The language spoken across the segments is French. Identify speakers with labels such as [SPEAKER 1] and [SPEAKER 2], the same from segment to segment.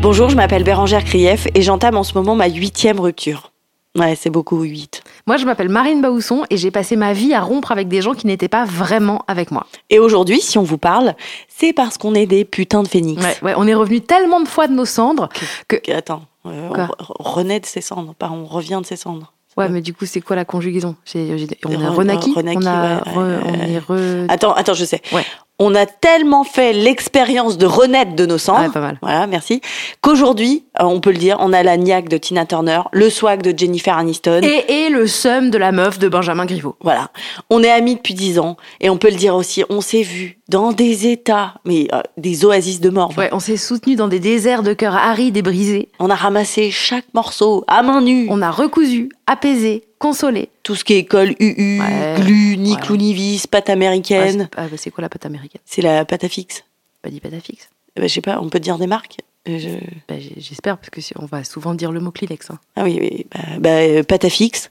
[SPEAKER 1] Bonjour, je m'appelle Bérangère Krief et j'entame en ce moment ma huitième rupture. Ouais, c'est beaucoup, huit.
[SPEAKER 2] Moi, je m'appelle Marine Baousson et j'ai passé ma vie à rompre avec des gens qui n'étaient pas vraiment avec moi.
[SPEAKER 1] Et aujourd'hui, si on vous parle, c'est parce qu'on est des putains de phénix.
[SPEAKER 2] Ouais, ouais, on est revenu tellement de fois de nos cendres que.
[SPEAKER 1] Ok, Attends, euh, on
[SPEAKER 2] Quoi
[SPEAKER 1] re- renaît de ses cendres, pas on revient de ses cendres.
[SPEAKER 2] Ouais, mais du coup, c'est quoi la conjugaison C'est- j'ai- On est
[SPEAKER 1] Re-
[SPEAKER 2] renaquis
[SPEAKER 1] renaquis,
[SPEAKER 2] On, a
[SPEAKER 1] ouais,
[SPEAKER 2] re-
[SPEAKER 1] ouais,
[SPEAKER 2] on est re.
[SPEAKER 1] Attends, attends, je sais.
[SPEAKER 2] Ouais.
[SPEAKER 1] On a tellement fait l'expérience de renaître de nos cendres.
[SPEAKER 2] Ouais, pas mal.
[SPEAKER 1] Voilà, merci. Qu'aujourd'hui, euh, on peut le dire, on a la niaque de Tina Turner, le swag de Jennifer Aniston.
[SPEAKER 2] Et, et le seum de la meuf de Benjamin Griveaux.
[SPEAKER 1] Voilà. On est amis depuis dix ans. Et on peut le dire aussi, on s'est vus dans des états, mais euh, des oasis de mort.
[SPEAKER 2] Ouais, on s'est soutenus dans des déserts de cœur arides et brisés.
[SPEAKER 1] On a ramassé chaque morceau à main nue.
[SPEAKER 2] On a recousu, apaisé, consolé.
[SPEAKER 1] Tout ce qui est école UU,
[SPEAKER 2] Ouais.
[SPEAKER 1] glu, ni
[SPEAKER 2] Ouais.
[SPEAKER 1] clou, ni vis, pâte
[SPEAKER 2] Ouais,
[SPEAKER 1] américaine.
[SPEAKER 2] c'est ah, c'est quoi la pâte américaine
[SPEAKER 1] c'est la pâte à fixe.
[SPEAKER 2] Pas dit pâte à fixe.
[SPEAKER 1] Eh ben, je sais pas, on peut dire des marques Euh, je-
[SPEAKER 2] Bah, j'ai- J'espère, parce que si- on va souvent dire le mot Kleenex. hein.
[SPEAKER 1] Ah oui, oui. Bah, bah, euh, pâte à fixe.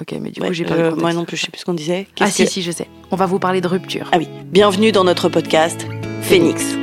[SPEAKER 2] Ok, mais du
[SPEAKER 1] Ouais,
[SPEAKER 2] coup, j'ai pas
[SPEAKER 1] euh,
[SPEAKER 2] le
[SPEAKER 1] moi
[SPEAKER 2] contexte.
[SPEAKER 1] non plus, je sais plus ce qu'on disait.
[SPEAKER 2] Ah
[SPEAKER 1] Qu'est-ce
[SPEAKER 2] si,
[SPEAKER 1] que-
[SPEAKER 2] si, je sais. On va vous parler de rupture.
[SPEAKER 1] Ah oui. Bienvenue dans notre podcast Phoenix.